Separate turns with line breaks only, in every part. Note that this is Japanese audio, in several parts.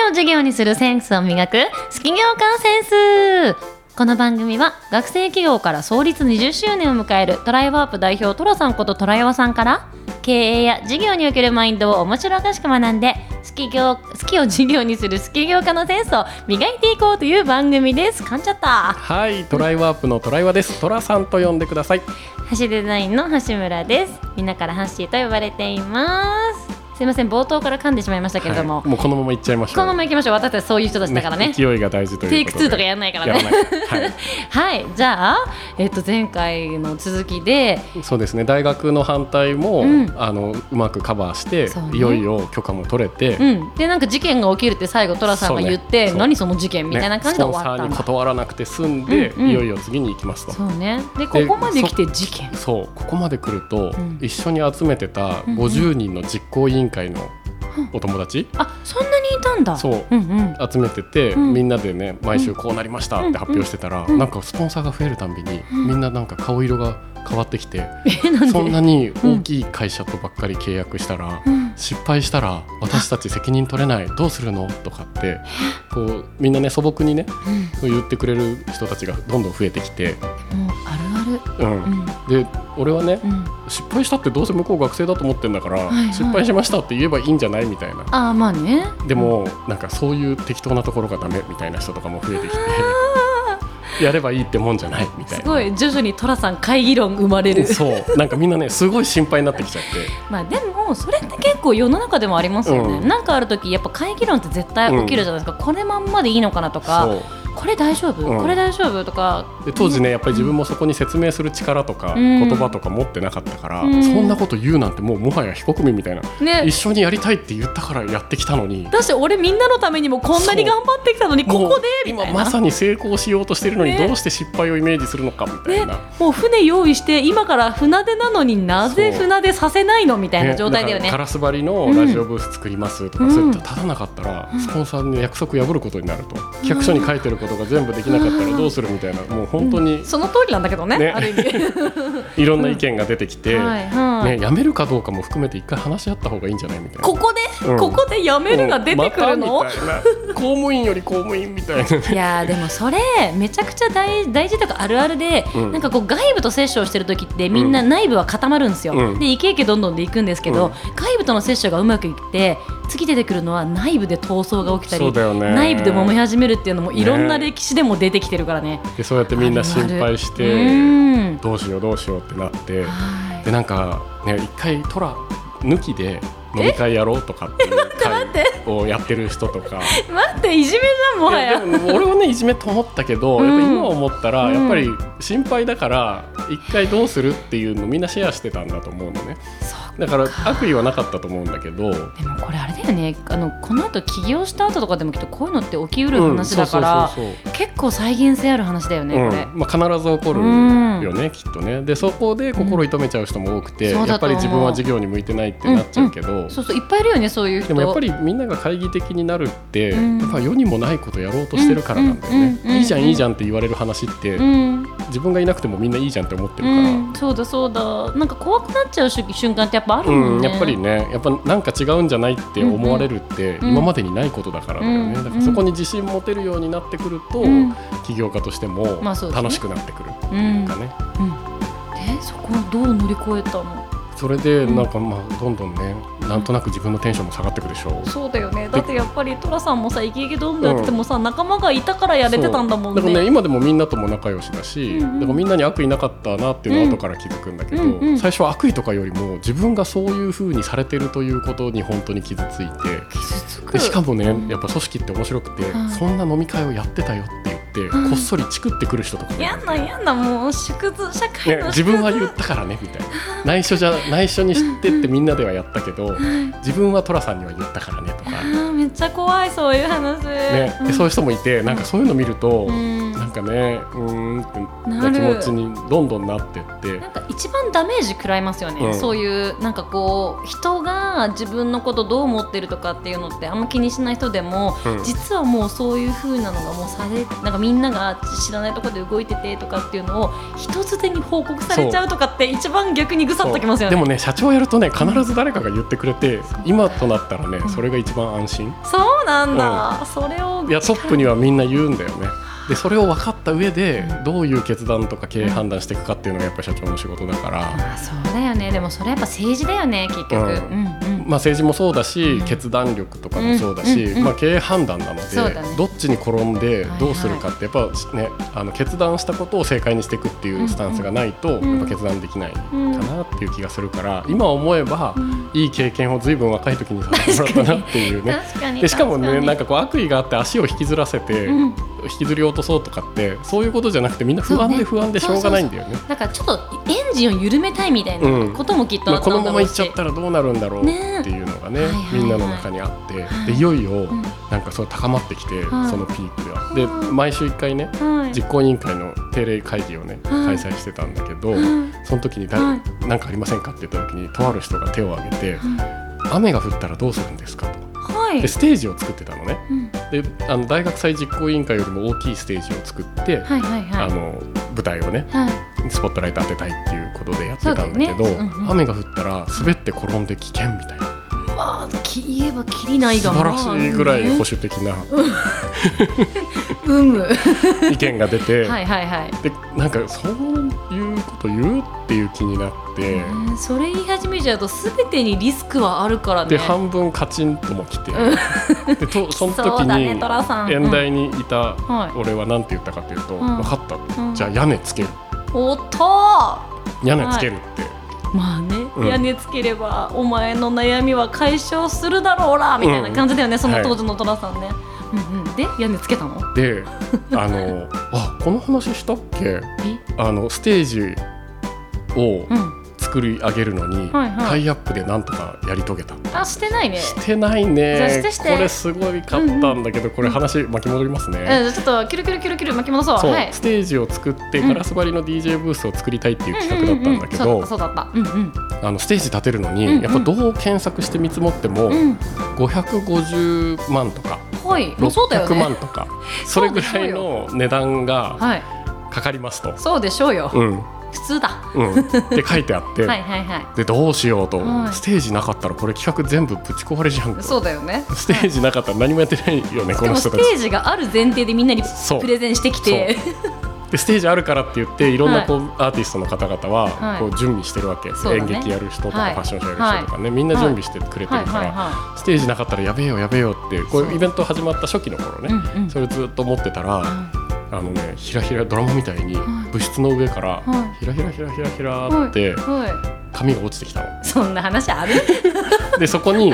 を授業にするセンスを磨くスキ業界センスこの番組は学生企業から創立20周年を迎えるトライワープ代表トラさんことトライワさんから経営や事業におけるマインドを面白おかしく学んで好き業好きを事業にする好き業家のセンスを磨いていこうという番組です噛んじゃった
はい、トライワープのトライワです。トラさんと呼んでください。
橋デザインの橋村ですみんなからハッシーと呼ばれていますすいません冒頭から噛んでしまいましたけれども、
はいもうこのままいっちゃいましょう。
このまま行きましょう私たちそういう人たちだからね
勢いが大事と
テ
い
イ
う
ク
こと
2
で。
とかやんないから
や
ね
らないは
はいじゃあ、えっと、前回の続きで
い、そうですね。大学の反対も、
うん
あのうまくカバーして、
そうね
いよいよ許可も取れて、
うん、でなんか事件が起きるって最後寅さんが言って、
そうねそう
何その事件みたいな感じで
ねスポン
終
サ
わっ
ー
たん
に
だ、
断らなくて済んで、
うんうん
いよいよ次に行きますと。
そうねでここまで来て事件
そうここまで来る
う
と、
ん
一緒に集めてた
うんうん
50人の実行委員会のお友達、
あそんなにいたんだ
そう
うんうん
集めてて、
うん
みんなでね毎週こうなりましたって発表してたら、
うん
なんかスポンサーが増えるたんびに、
ん
みんななんか顔色が変わってきて、
えなんで
そんなに大きい会社とばっかり契約したら、
うん
失敗したら私たち責任取れないどうするのとかってこうみんなね素朴にね
うん
言ってくれる人たちがどんどん増えてきて、
もうあるあ
うん
るうん
で俺はね
うん
失敗したってどうせ向こう学生だと思ってんだから、
いはい
失敗しましたって言えばいいんじゃないみたいな。
ああまあね
でも、なんかそういう適当なところがダメみたいな人とかも増えてき
あ
てやればいいってもんじゃない
ー
みたい
す
な
ごい徐々に寅さん会議論生まれる
そうなんかみんなねすごい心配になってきちゃって
まあでもそれって結構世の中でもありますよね、
うん
なんかある時やっぱ会議論って絶対起きるじゃないですか、これまんまでいいのかなとか
そう
これ大丈夫、
うん
これ大丈夫とか
で当時ねやっぱり自分もそこに説明する力とか、
うん
言葉とか持ってなかったから、
うん
そんなこと言うなんてもうもはや非国民みたいな、
ね
一緒にやりたいって言ったからやってきたのに
だし俺みんなのためにもこんなに頑張ってきたのにこ
も
こ
う
でみた
今
い
ま
な。
さに成功しようとしてるのに
ね
どうして失敗をイメージするのかみたい
ね
な。、
もう船用意して今から船出なのになぜ
そう
船出させないのみたいな状態だよね
だからカラス張りのラジオブース作りますとか、
うん
それ立たなかったら、スポンサーの約束破ることになると、企画書に書いてることが全部できなかったらどうするみたいな、もう本当に
その通りなんだけどね
ね
ある意 味
いろんな意見が出てきて、
はいはい、
ね、やめるかどうかも含めて一回話し合った方がいいんじゃないみたいな。
ここで、
うん
ここでやめるが出てくるの、
うんまたみたいな公務員より公務員みたい なね、
いやーでもそれめちゃくちゃ大大事とかあるあるで、
うん
なんかこう外部とセッションしてる時ってみんな内部は固まるんですよ、
うん
でイケイケどんどんでいくんですけど、
うん
外部とのセッションがうまくいって次出てくるのは内部で闘争が起きた
そうだよ
り、
ね
内部で揉め始めるっていうのも
ね
いろんな歴史でも出てきてるからね。
でそうやってみんな心配し
あるあるう
て
ん
どうしようどうしようってなって
は
でなんかね一回トラ抜きで飲み会やろうとかっていう会をやってる人と か
い待っていじめじゃんもはい
や
や
でも俺はねいじめと思ったけど、
うん
やっぱ今思ったら、
うん
やっぱり心配だから一回どうするっていうのみんなシェアしてたんだと思うのね
そう
だから悪意はなかったと思うんだけど
でもこれあれだよねあのこの後起業した後とかでもきっとこういうのって起きうる話だから、
うんそうそうそうそう
結構再現性ある話だよね、これ。
うんまあ、必ず起こるよね、きっとねでそこで心痛めちゃう人も多くて、
うんそう
や
だ
っ
と
ぱ
思う
り自分は事業に向いてないってなっちゃうけど、
そうそういっぱいいるよねそういう人
でもやっぱりみんなが懐疑的になるって、
うん
やっぱ世にもないことやろうとしてるからなんだよね、
うんうんうんうん
いいじゃんいいじゃんって言われる話って、
うん、
自分がいなくてもみんないいじゃんって思ってるから。
うん、そうだそうだなんか怖くなっちゃう瞬瞬間ってやっぱあるも
うんん、
ね、
やっぱりねやっぱなんか違うんじゃないって思われるって
うん
今までにないことだからだよね、
うん
だからそこに自信持てるようになってくると、
うん、うん、
起業家としても
まあそうですね
楽しくなってくるっていうかね、
えそこをどう乗り越えたの
それでなんかまあどんどんねなんとなく自分のテンションも下がってくるでしょう
そうだよねだってやっぱり寅さんもさイケイケどんどんやっててもさ、仲間がいたからやれてたんだもん
だ
ね
からね今でもみんなとも仲良しだし、
うんうん
だからみんなに悪意なかったなっていうのは後から気づくんだけど、
うんうん
最初は悪意とかよりも自分がそういう風にされてるということに本当に傷ついて。
傷つく
でしかもね、
うん
やっぱ組織って面白くて、
はい
そんな飲み会をやってたよって言って、
はい
こっそりチクってくる人とかもいる
やんなやんなもう縮図社会
ね、
の
自分は言ったからねみたいな内緒じゃ内緒にしてってみんなではやったけど自分は寅さんには言ったからねとか、
あーめっちゃ怖いそういう話
ねでそういう人もいてなんかそういうの見ると、
うん
なんかねうーんって
なる
な気持ちにどんどんなってって
なんか一一番ダメージ食らいますよね、
うん
そういうなんかこう人が自分のことどう思ってるとかっていうのってあんま気にしない人でも、
うん
実はもうそういう風なのがもうされなんかみんなが知らないところで動いててとかっていうのを人づてに報告されちゃうとかって一番逆にぐさっときますよ
で
ね。
もね社長やるとね必ず誰かが言ってくれて、今となったらね
ん
それが一番安心
そうなんだ、それを
いやトップにはみんな言うんだよねでそれを分かった上でどういう決断とか経営判断していくかっていうのがやっぱ社長の仕事だから、
まあそうだよねでもそれやっぱ政治だよね結局、う
うんん
うん
まあ、政治もそうだし
うん
決断力とかもそうだし、
うんうんうん
まあ、経営判断なの
そう
で、
だね
どっちに転んで
はい
どうするかってやっぱねあの決断したことを正解にしていくっていうスタンスがないとやっ
うん
ぱ決断できないか
うん
なっていう気がするから今思えば
うん
いい経験を随分若い時にさせてもらったなっていうね。
確かに
でしかもねな
か
んかこう悪意があって足を引きずらせて、
うん
引きずり落とそうとかってそういうことじゃなくてみんな不
そう
安
ね
で不安でしょうがないんだよね。
なんかちょっとエンジンを緩めたいみたいなこともきっとあ
まあ、
った
こ
ん
の
だ
ま
ろ
ま
う
行
し、
っちゃったらどうなるんだろう
ね
っていうのがね
はいはいはい
みんなの中にあって、
はい
でいよいよ、
ん
なんかそう高まってきて、
はい
そのピークが。
い
で毎週1回ね
はい
実行委員会の定例会議をね
はい
開催してたんだけど、
はい
その時に誰
はい
「何かありませんか?」って言った時にとある人が手を挙げて
うん
「雨が降ったらどうするんですか?」と。
はい
でステージを作ってたのね。
うん
であの大学祭実行委員会よりも大きいステージを作って、
はいはいは
あ
い
の舞台をね
はい
スポットライト当てたいっていうことでやってたんだけど
そうだよねうんうん
雨が降ったら滑って転んで危険みたいな
まあき言えばきりない
素
が
晴らしいぐらい保
まあね
守的な
うむは
意見が出て、
いはいはい
でなんかそういうこと言うっていう気になって、
うんそれ言い始めちゃうと全てにリスクはあるからね
で半分カチンとも来て、でとその
そ
時
うだね
に
トラさん
演台にいた
うんはい
俺は何て言ったかというと「
うん
分かった、
うん
じゃあ屋根つける
おっと
屋根つける」って。
まあね、
うん
屋根つければお前の悩みは解消するだろうらみたいな感じだよね、その当時の寅さんね、うんうん、で屋根つけたの
であのあこの話したっけ
え
あのステージを
うん
作り上げるの
はい
に、
はい
タイアップでなんとかやり遂げた、
あしてないね
してないね
じゃあしてして
これすごいかったんだけど、これ話巻き戻りますね、
うん、ちょっとキュルキュルキュルキュル巻き戻そう
そう、
はい
ステージを作ってガラス張りの DJ ブースを作りたいっていう企画だったんだけ
うんうん
ど、
うんそうだったそうだったうん
あのステージ立てるのに、
うんうん
やっぱどう検索して見積もっても、
うん
550万とか
うんはいもうそうだよ
600
ね
万とか、それぐらいの値段が
はい
かかりますと。
そうでしょうよ、
うん
普通だ
うん、って書いてあっ て、
はいはいは
でどうしようと、
はい
ステージなかったらこれ企画全部ぶち壊れじゃん
い
と
そうだよね
ステージなかったら何もやってないよね、こ
で
の
も
人
ス
た
テ
ち
ージがある前提でみんなに
そう
プレゼンしてきて
でステージあるからって言っていろん
は
ないこう、アーティストの方々は、
はい
こう準備してるわけ、
そうだ
演
ね
劇やる人とか、
はい
ファッションショーやる人とかね、みんな準備してくれて
は
る
い
から、
はいは
ステージなかったらやべえよやべえよって
そ
こういううイベント始まった初期の頃ね、
うんうん
それずっと思ってたら、あのねひらひらドラマみたいに
はい
部室の上から、
は
ひらひらひらひらひらって
いは
紙が落ちてきたの。
いそんな話ある、
でそこに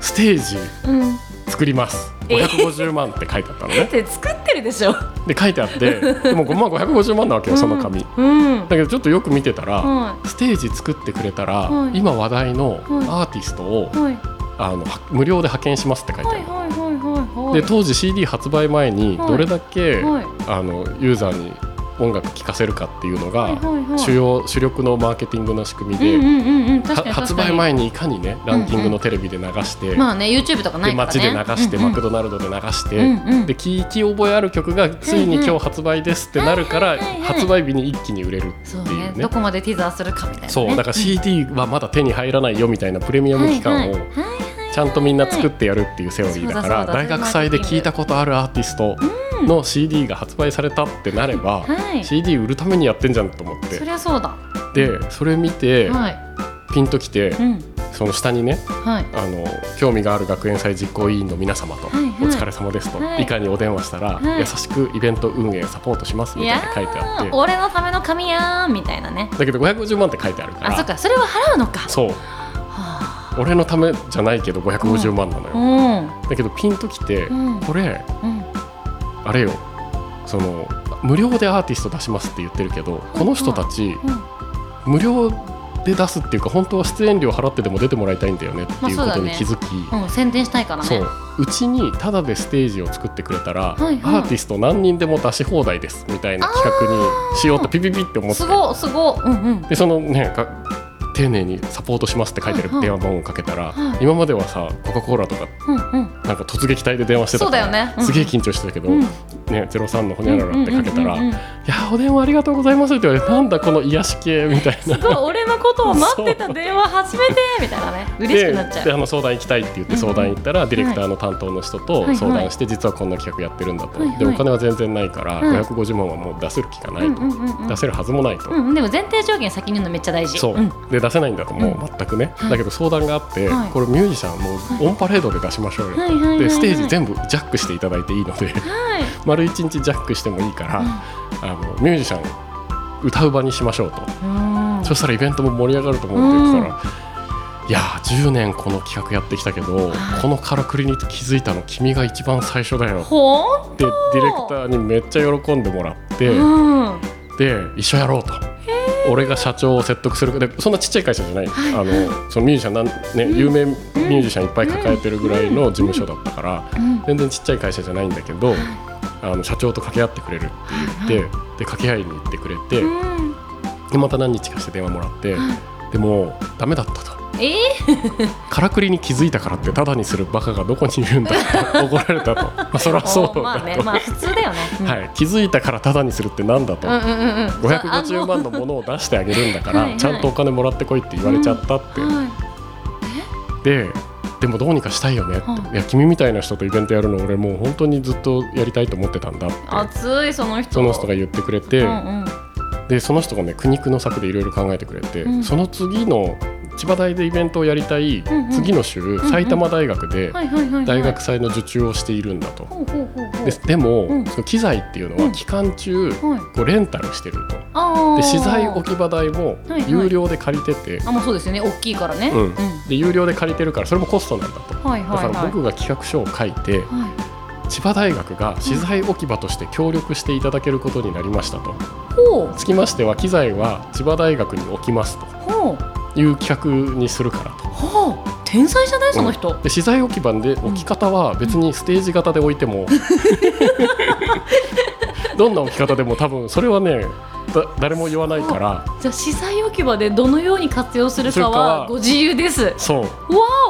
ステージ
うん
作ります
え
550万って書いてあっ
だ
たの
っ
ね
て作ってるでしょ。
で書いてあってでもまあ550万なわけよその紙、だ
うん。うん
けどちょっとよく見てたら、
は
ステージ作ってくれたら、
はい
今話題の
い
アーティストを、
いはい
あのは無料で派遣しますって書いてあ
はい
る、
はいはいはい。
で当時 CD 発売前に
はい
どれだけ、
はい
あのユーザーに音楽聴かせるかっていうのが、
はいはいはい
主要主力のマーケティングの仕組み
うん
で、
うんうんうん確か
は
に
発
確か
売
に。
前にいかにねランキングのテレビで流して、
まあね YouTube とかな
で
いからね。
街で流して、
うんうん
マクドナルドで流して、
うんうん
で聞き覚えある曲がついに今日発売ですってなるから、
はいはいはいはい
発売日に一気に売れるって
そ
いううね
ね。どこまでティザーするかみたいなね。
そうだから CD はまだ手に入らないよみたいなプレミアム期間を
はいはいはい
ちゃんとみんな作ってやるっていうセオリーだか
そうだそ
ら
うだ
大学祭で聞いたことあるアーティストの CD が発売されたってなれば、
はい
CD 売るためにやってんじゃんと思っ
そ
て
りゃそうだ。
でそれ見て
はい。
ピンときて
うん。
その下にね
はい。
あの興味がある学園祭実行委員の皆様と、
はいはい
お疲れ様ですと、
はい
い、かにお電話したら、
はい
優しくイベント運営サポートしますみたいな書いてあっ
ー
て
俺のための紙やーみたいなね。
だけど550万って書いてあるから
あそっかそれは払うのか。
そう
は
俺のためじゃないけど550万なの
あ
よ、
う
だけどピンときて、
んうん
これ
うん。
あれよその無料でアーティスト出しますって言ってるけどこの人たち
うん
無料で出すっていうか本当は出演料払ってでも出てもらいたいんだよねって
まあ
いうこ
そうだ
とに
ね
気づき、
うん、宣伝したいから
そ
ね
ううちにタダでステージを作ってくれたら、
はいはい
アーティスト何人でも出し放題ですみたいな企画にしようとピピピって思って
すごいすごいうんうん
でそのねか丁寧にサポートしますって書いてる
うんうん
電話番号かけたら、
うん
今まではさコカ・コーラとか
うんうん
なんか突撃隊で電話してたから
そうだよねうんうん
すげえ緊張してたけど、
うん
ね、03のほにゃららってかけたら「
うんうんうんうん
いやーお電話ありがとうございます」って言われて「なんだこの癒し系」みたいな
す。ごい俺のことを待ってた電話初めてみたいなね 嬉しくなっちゃ
で
う
あの相談行きたいって言って相談行ったら、ディレクターの担当の人と相談して、実はこんな企画やってるんだと、
はいはい
でお金は全然ないから、
はい
550万はもう出せる気がな
う
い
ん
と、
うんうんうん
出せるはずもないと、
うん、でも前提条件先に言うのめっちゃ大事
そう、
ん
で出せないんだとも
う
う全くね、
はい
だけど相談があって、
はい
これミュージシャンもうオンパレードで出しましょうよ、
はいはいはいはい
でステージ全部ジャックしていただいていいので
はい
丸一日ジャックしてもいいから、あのミュージシャン歌う場にしましょうと、
うん
そしたらイベントも盛り上がると思って言ってたら、いやー10年この企画やってきたけど、このからくりに気づいたの君が一番最初だよ
ほん
ってディレクターにめっちゃ喜んでもらって、
うんは
で一緒やろうと。俺が社長を説得するでそんなちっちゃい会社じゃない、
はいはい
あのそのミュージシャンなん、ね有名ミュージシャンいっぱい抱えてるぐらいの事務所だったから、
ん
全然ちっちゃい会社じゃないんだけど、あの社長と掛け合ってくれるって言って、で掛け合いに行ってくれて、
うん
でまた何日かして電話もらって、でもダメだったと
え
からくりに気づいたからってタダにするバカがどこにいるんだって 怒られたと、まあ、そりゃ
ー、
そうだ と、
まあねまあ普通だよね、うん
はい、気づいたからタダにするってなんだと、
うんうんうんうん
550万のものを出してあげるんだから
はいはい
ちゃんとお金もらってこいって言われちゃったって、
はい
ででもどうにかしたいよねって、
はい
い、や君みたいな人とイベントやるの俺もう本当にずっとやりたいと思ってたんだって
熱いその人
その人が言ってくれて、
うんうん
でその人がね苦肉の策でいろいろ考えてくれて、
うん
その次の千葉大でイベントをやりたい
んうん
次の週、
ん
埼玉大学で
はいはいはいはい
大学祭の受注をしているんだと。
ほうほうほうほう
ででも、
うん
その機材っていうの
う
は
ん
期間
は
中、
い
こうレンタルしてると。
あー
で資材置き場代も
はいはい
有料で借りてて、
あまあそうですよね大きいからね
うん
うん
で有料で借りてるからそれもコストなんだと。
はい
だ
は
か
い
ら
はい
僕が企画書を書いて、
はい
千葉大学が資材置き場として協力していただけることになりましたと
ほう
つきましては機材は千葉大学に置きますと
ほう
いう企画にするからと
ほう天才じゃないその人、
で資材置き場で置き方は別にステージ型で置いて も、どんな置き方でも多分それはねだ誰も言わないから
じゃあ資材置き場でどのように活用するか
それか
は
は
ご自由です
そうっ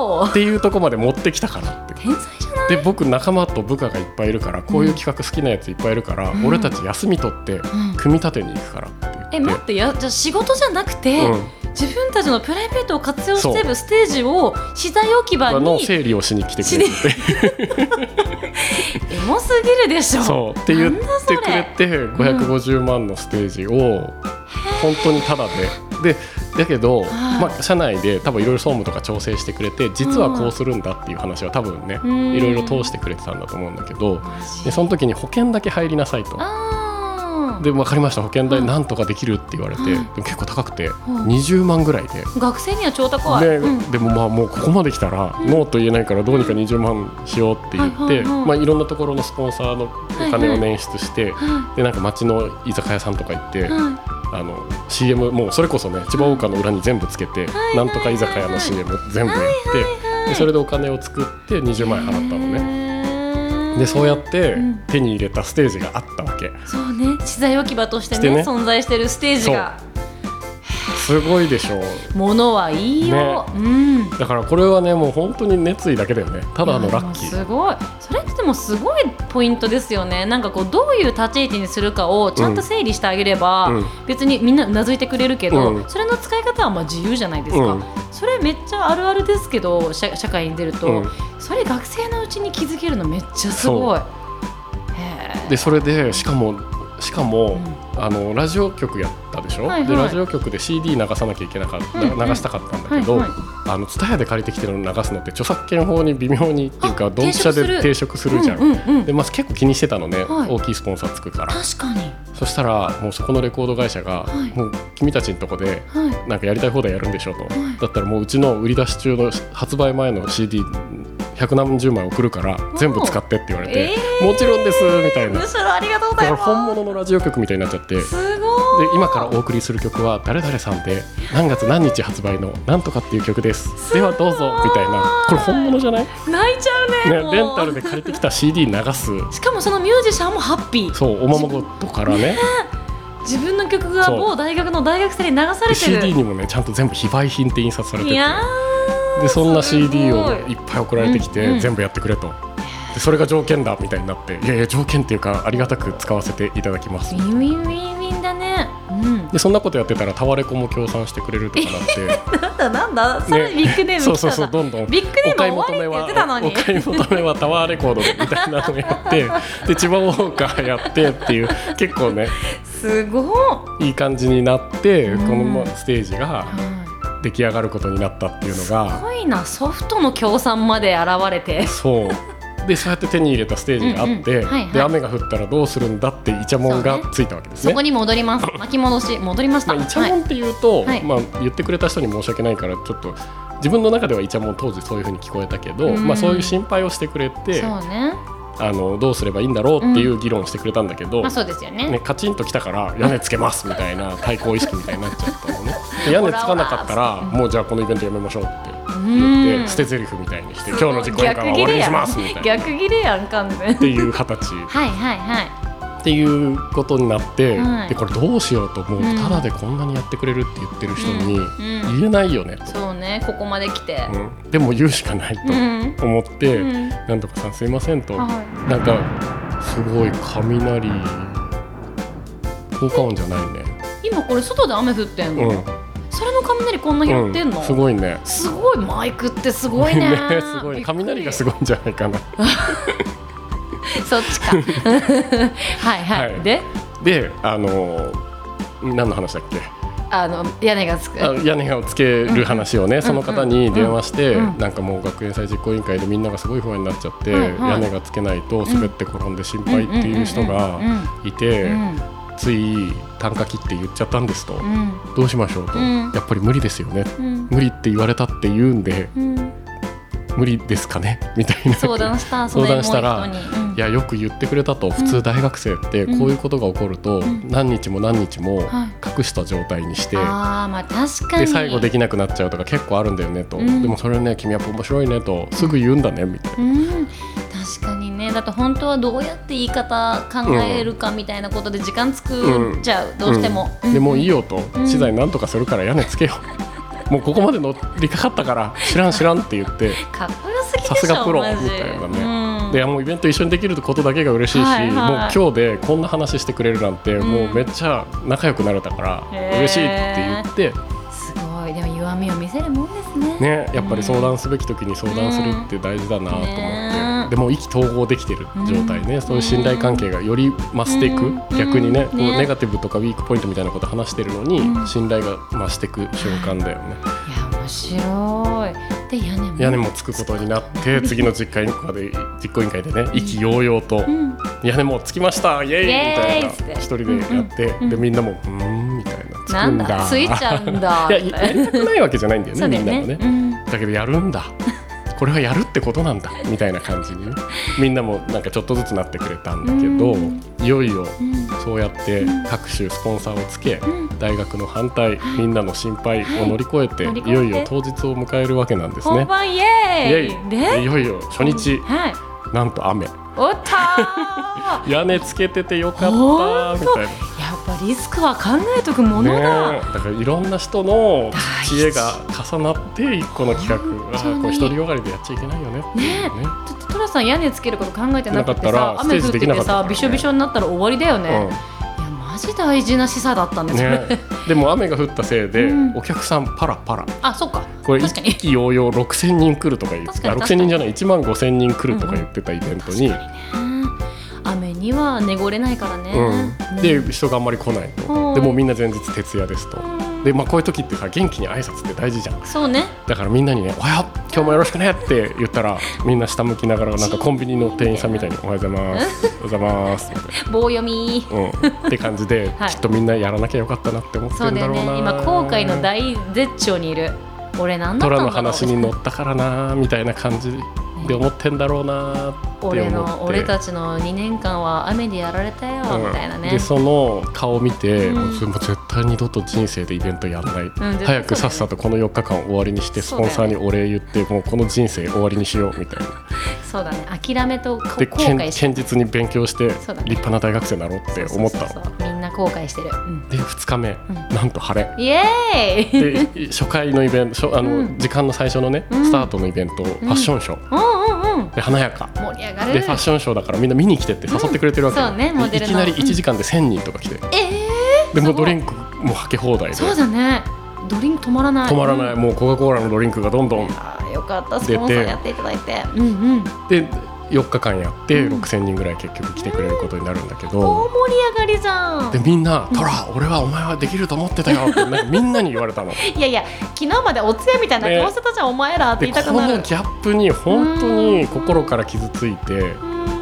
わお
ていうとこまで持ってきたからって
天才じゃない
で僕仲間と部下がいっぱいいるからこういう企画好きなやついっぱいいるから、
うん
俺たち休み取って
ん
組み立てに行くからって
え
言って
待ってやじゃあ仕事じゃなくて、
うん
自分たちのプライベートを活用し
そ
てるステージを資材置き場
あの
に
整理をしに来てくれて
エモすぎるでしょ
そうって言っ
なんだそ
て
れ
くれて550万のステージを本当にタダででだけど、まあ、社内で多分いろいろ総務とか調整してくれて実はこうするんだっていう話は多分ね
うん
いろいろ通してくれてたんだと思うんだけど
マジ
でその時に保険だけ入りなさいと。
あー
で分かりました保険代
うん
なんとかできるって言われて、
はい
でも結構高くて
ん
20万ぐらいで。
学生には超高い、
で
うん
でもまあもうここまで来たら、
うん
ノーと言えないからどうにか20万しようって言って、
はい
い
はいはい
まあ、いろんなところのスポンサーのお金を捻出して、
は
でなんか町の居酒屋さんとか行って、
いは
あの CM もうそれこそね千葉大川の裏に全部つけ
は
て、
い
なんとか居酒屋の CM 全部やって、
い
でそれでお金を作って20万円払ったのね。
ね
でそうやって
うん
手に入れたステージがあったわけ
そうね資材置き場として
して
ね
ね
存在してるステージが
すごいでしょう
ものはいいよ、
ね
うん
だからこれはねもう本当に熱意だけだよねただのラッキ
いやでも
ー
すごいそれってでもすごいポイントですよねなんかこうどういう立ち位置にするかをちゃんと整理してあげれば、
うん
別にみんなうなずいてくれるけど、
うん
それの使い方はまあ自由じゃないですか、
うん
それめっちゃあるあるですけど社社会に出ると、
うん
それ学生のうちに気づけるのめっちゃすごいへ
でそれでしかもしかも、
う
あのラジオ局やったでしょ、
はいはい
でラジオ局で CD 流さなきゃいけなかった、
うんうん
流したかったんだけど、
はいは
あの蔦屋で借りてきてるの流すのって著作権法に微妙にっていう
あ
かドンピシャで
抵
抵触す
え
るじゃん。
うんうんうん
でまず結構気にしてたのね、
はい
大きいスポンサーつくから
確かに、は
そしたらもうそこのレコード会社が、
はい
もう君たちのとこで
い、
なんかやりたい放題やるんでしょと、だったらもううちの売り出し中の発売前の CD 百何十枚送るから全部使ってって言われて、
えー
もちろんですみたいな
むしろありがとうご
だ
ざい
か
ま
ら
す
本物のラジオ局みたいになっちゃって
すご
で今からお送りする曲は誰々さんで何月何日発売のなんとかっていう曲ですではどうぞみたいなこれ本物じゃない、ね、
泣いちゃうねもう
レンタルで借りてきた CD 流す
しかもそのミュージシャンもハッピー
そうおままごとからね
自分の曲が
そう
某大学の大学生に流され
で
てる
CD にもねちゃんと全部非売品って印刷されて
い
て
やー
でそんな CD を
すご
い
い
っぱい送られてき
うんう
て
ん
全部やってくれと。でそれが条件だみたいになっていやいや条件っていうかありがたく使わせていただきます
ウィンウィンウィンウィンだねうん
でそんなことやってたらタワレコも協賛してくれるとかな って
なんだなん ださらにビッグネーム来たな、
そうそうそうどんどん
ビッグネ
お買い
ーム
求
終
め
わりって言っ
は
てたのに
お買い求めはタワーレコードでみたいなのやってで千葉ウォーカーやってっていう結構ね
すごい、
いい感じになってこ
うん
のまステージが出来上がることになったっていうの
す
が
ごいなソフトの協賛まで現れて
そうでそうやって手に入れたステージがあって
うんうんはいはい
で雨が降ったらどうするんだってイチャモンが
そうね
ついたわけです
そ
ね
こ。に戻り ます巻き戻し戻りました、
まあ、イチャモンっていうと、
はい
まあ、言ってくれた人に申し訳ないからちょっと自分の中ではイチャモン当時そういうふうに聞こえたけど、
うん
まあ、そういう心配をしてくれて
はい、そうね
あのどうすればいいんだろうっていう議論をしてくれたんだけど、
まあそうですよね
ね、カチンときたから屋根つけますみたいな対抗意識みたいになっちゃっ たのねで屋根つかなかったらもうじゃあこのイベントやめましょうって言っ
うん
て捨て台詞みたいにして今日の実行委員会は終わりにしますみたいなっ
逆切れやん完全
ていう形
はいはいはい
っていうことになって、
はい
でこれどうしようともう
うん
ただでこんなにやってくれるって言ってる人に
うんうん
言えないよね
そうねここまで来て
と、うんでも言うしかない
うん
と思って、
うん
なんとかさんすいませんと、
は
なんかすごい雷効果音じゃないね。
い今これ外で雨降ってんの、
う、
それの雷こんなん拾ってんの、
うん、すごいね。
すごいマイクってすごいね
すごい雷がすご
い
いんじゃないかな。
そっちかはいはい、
はい
で
で、あの何の話だっけ？
あの屋根がつく
あ屋根をつける話をね、その方に電話して、
うん
なんかもう学園祭実行委員会でみんながすごい不安になっちゃって、
はいはい
屋根がつけないと滑って転んで心配っていう人が
うんうんうん
いて、
うん
つい単価切って言っちゃったんですと、
うん
どうしましょうと、
うん
やっぱり無理ですよね。
うん
無理って言われたって言うんで
うん
無理ですかね みたいな
相談したそ
相
のエモ
談
い
した
人
ら
に、うん
いやよく言ってくれたと普通大学生って
うん
こういうことが起こると
ん
何日も何日も
はい
隠した状態にして、
ああまあ確かに
で最後できなくなっちゃうとか結構あるんだよねと、
うん
でもそれね君やっぱ面白いねとすぐ言うんだねみたいな。
うん確かにねだって本当はどうやって言い方考えるかみたいなことで時間作っちゃう、どうしても、
うんでもういい
よ
よと、
うん
資材なんとかするから屋根つけようもうここまで乗りかかったから知らん知らんって言って
かっこよすぎでしょ
さすがプロ
マジ
みたいな
うん
ね、でもうイベント一緒にできることだけが嬉しいし、
はいはい
もう今日でこんな話してくれるなんて、
ん
もうめっちゃ仲良くなれたか
へー
ら嬉しいって言って、
すごいでも弱みを見せるもんですね
ね、やっぱり相談すべき時に相談するって大事だなと思って、
うんね
でも意気投合できてる状態ね、
うん
そういう信頼関係がより増していく、
うん
逆にね
うん
こう
ね
ネガティブとかウィークポイントみたいなこと話してるのに、
うん
信頼が増していく瞬間だよね。
いや面白いで屋根も
屋根もつくことになって次の実行委員会で実行委員会でね意気揚々と
うん
屋根もうつきましたイエーイ
イエーイ
み
つった
い
て
な一人でやって、
うん
でみんなもううーんみたいなつ
な
くん
ん
だ
だついちゃうんだ
いややりたくないわけじゃないんだよ
そ
ね
うだ
み
よ
んな
ね
もね、
うん
だけどやるんだこれはやるってことなんだみたいな感じにねみんなもなんかちょっとずつなってくれたんだけど、
うん
いよいよ
うん
そうやって各種スポンサーをつけ、
ん
大学の反対みんなの心配を乗り越えて、
はい乗り越
い、
えて
よいよ当日を迎えるわけなんです
本
ね。
番イエ
イエ
ーイ
イ
で
いよいよ初日
はい
なんと雨
おったー
屋根つけててよかった
本
み
当
たい
や
な。
っぱリスクは考えとくものだ、
ねえだからいろんな人の
大事
知恵が重なって一個の企
本
画
当に
ああこれ独りよがりでやっちゃいけないよねっていうね
ちょっとトラさん屋根つけること考えてなくて
なか
さ
ったら
雨降っ
ステージ
て
できなか
て
ったから
さ
ね
びしょびしょになったら終わりだよね、いやマジ大事な示唆だったん
う
で
ん
すよね
ねでも雨が降ったせいで、
うん
お客さんパラパラ
あそっか
これ
確かに
一気揚々6000人来るとか言って
確かに確か
6000
に
人じゃない1万5000人来るとか言ってたイベントに、
確かにね雨には汚れないからね、
うん、で人があんまり来ない
は
と
い
でもうみんな前日徹夜ですと
うん
で、まあ、こういう時ってさ元気に挨拶って大事じゃん
そうね
だからみんなにね「おはよう今日もよろしくね」って言ったらみんな下向きながらなんかコンビニの店員さんみたいに「おはようございます」「おはようございます」みたい
棒読み
な、うん、って感じで、
はい
きっとみんなやらなきゃよかったなって思って
そ
る
うんだ
だ
よ
ろうな
ね今後悔の大絶頂にいる俺なんだったん
虎
だろう
の話に乗ったからなみたいな感じって思ってんだろうなって思って
俺の俺たちの2年間は雨でやられたよ、みたいな
うん
ね
でその顔見て、
うん
もうそれもう絶対に二度と人生でイベントやんない、
ん
早くさっさとこの4日間終わりにしてス
そう
ポ
だ
ン
よね
サーにお礼言ってもうこの人生終わりにしようみたいな
そうだね諦めとこ後
でけん
悔して
堅実に勉強して立
そうだね
派な大学生になろうって思ったの
そうそうそうみんな後悔してる、うん
で2日目、なんと晴れ
イエーイ
で初回のイベント初あの、
うん
時間の最初のね、
うん
スタートのイベント、ファッションショー
うんうんうん
で華やか
盛り上がる
でファッションショーだからみんな見に来てって誘ってくれてるわけ、
うんそうねモデ
でい
ルの
きなり1時間で1000人とか来て、
えー、
でも
す
う
ご
ド
い
リンクもはけ放題で
そうだねドリンク止まらない
止まらない、
うん
もうコカ・コーラのドリンクがどんどん
あーよかったス
出て
ポンサーやっていただいてうんうん
で4日間やって
うん
6000人ぐらい結局来てくれることになるんだけ
大
ど、
盛り上がりじゃ
で
ん
みんな「トラ俺はお前はできると思ってたよ」ってなんかみんなに言われ たの。
いやいや昨日までお通夜みたいな
ね
顔してたじゃん、お前らって
で
言い
こ
たくな
の
る
ギャップに本当に心から傷ついて、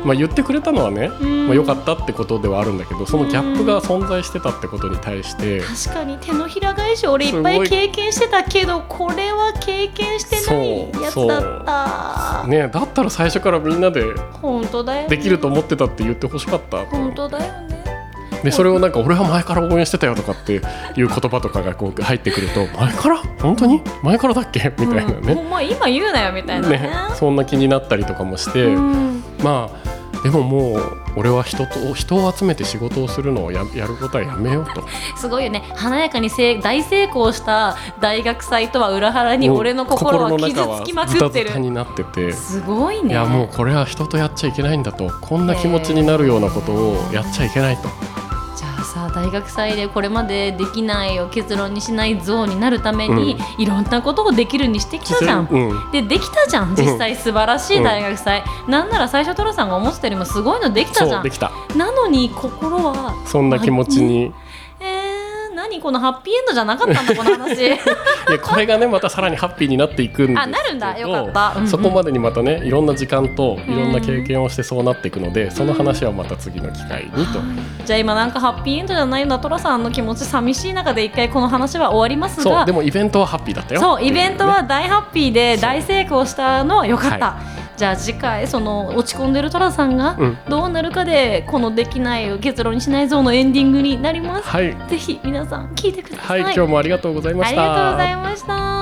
まあ、言ってくれたのはね、
うん
まあ、良かったってことではあるんだけどそのギャップが存在してたってことに対して。
確かに手のひら返し俺いっぱ
すご
い
い
経験してたけどこれは経験してないやつだった、
ね、だったら最初からみんなで
本当だよね
できると思ってたって言ってほしかった
本当だよね
でそれをなんか俺は前から応援してたよとかっていう言葉とかがこう入ってくると前から本当に前からだっけみたいな
うん、
ね,、
お前今言うなよみたいなね
ねそんな気になったりとかもして、
うん
まあでももう俺は人と人を集めて仕事をするのをややることはやめようと
すごいよね華やかにせい大成功した大学祭とは裏腹に
もう
俺の心は傷
心の中
つきまくっ
ズ
て
タズ
る
タになってて。
すごい
い
ね
やもうこれは人とやっちゃいけないんだとこんな気持ちになるようなことをやっちゃいけないと
じゃあさ大学祭でこれまでできないを結論にしない像になるために、いろんなことをできるにしてきたじゃん。
うん、
でできたじゃん実際素晴らしい大学祭、なんなら最初トラさんが思ってたよりもすごいのできたじ
そ
ゃ
うで
ん
きた
なのに心は
そんな気持ちに
えー、何このハッピーエンドじゃなかったんだこの 話
いやこれがねまたさらにハッピーになっていくんですけど
あなるんだよかったうんうん
そこまでにまたねいろんな時間といろんな経験をしてそうなっていくので、その話はまた次の機会にと、
じゃあ今なんかハッピーエンドじゃないんだトラさんの気持ち寂しい中で一回この話は終わりますが
そうでもイベントはハッピーだったよ
そうイベントは大ハッピーで大成功したのは良かった、
は
じゃあ次回その落ち込んでるトラさんが
うん
どうなるかでこのできない結論にしない像のエンディングになります、
はい
ぜひ皆さん聞いてくださ、
はいい、今日もありがとうございま
あ
し
り
た
がとうございました